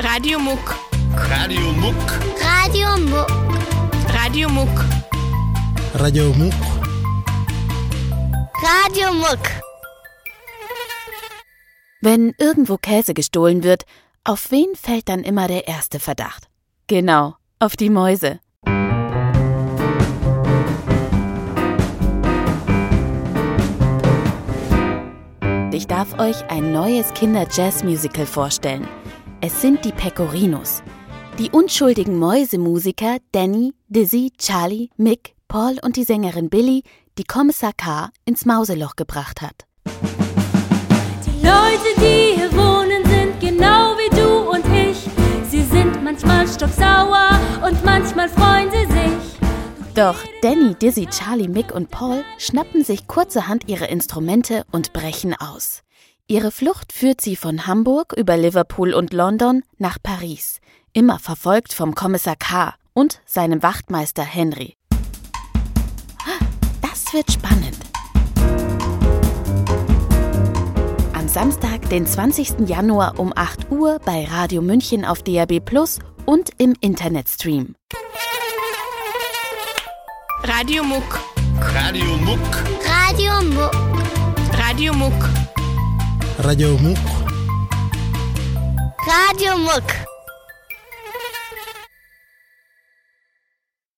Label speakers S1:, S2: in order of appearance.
S1: Radio Muck.
S2: Radio Muck.
S3: Radio Muck.
S1: Radio Muck.
S4: Radio Muck.
S3: Radio Muck.
S5: Wenn irgendwo Käse gestohlen wird, auf wen fällt dann immer der erste Verdacht? Genau, auf die Mäuse. Ich darf euch ein neues Kinder-Jazz-Musical vorstellen. Es sind die Pecorinos. Die unschuldigen Mäusemusiker Danny, Dizzy, Charlie, Mick, Paul und die Sängerin Billy, die Kommissar K. ins Mauseloch gebracht hat.
S6: Die Leute, die hier wohnen, sind genau wie du und ich. Sie sind manchmal stocksauer und manchmal freuen sie sich.
S5: Doch Danny, Dizzy, Charlie, Mick und Paul schnappen sich kurzerhand ihre Instrumente und brechen aus. Ihre Flucht führt sie von Hamburg über Liverpool und London nach Paris, immer verfolgt vom Kommissar K. und seinem Wachtmeister Henry. Das wird spannend. Am Samstag, den 20. Januar um 8 Uhr bei Radio München auf DAB Plus und im Internetstream.
S1: Radio Muck.
S2: Radio Muck.
S3: Radio Muck.
S1: Radio Muck.
S4: Radio Muck.
S3: Radio Muck.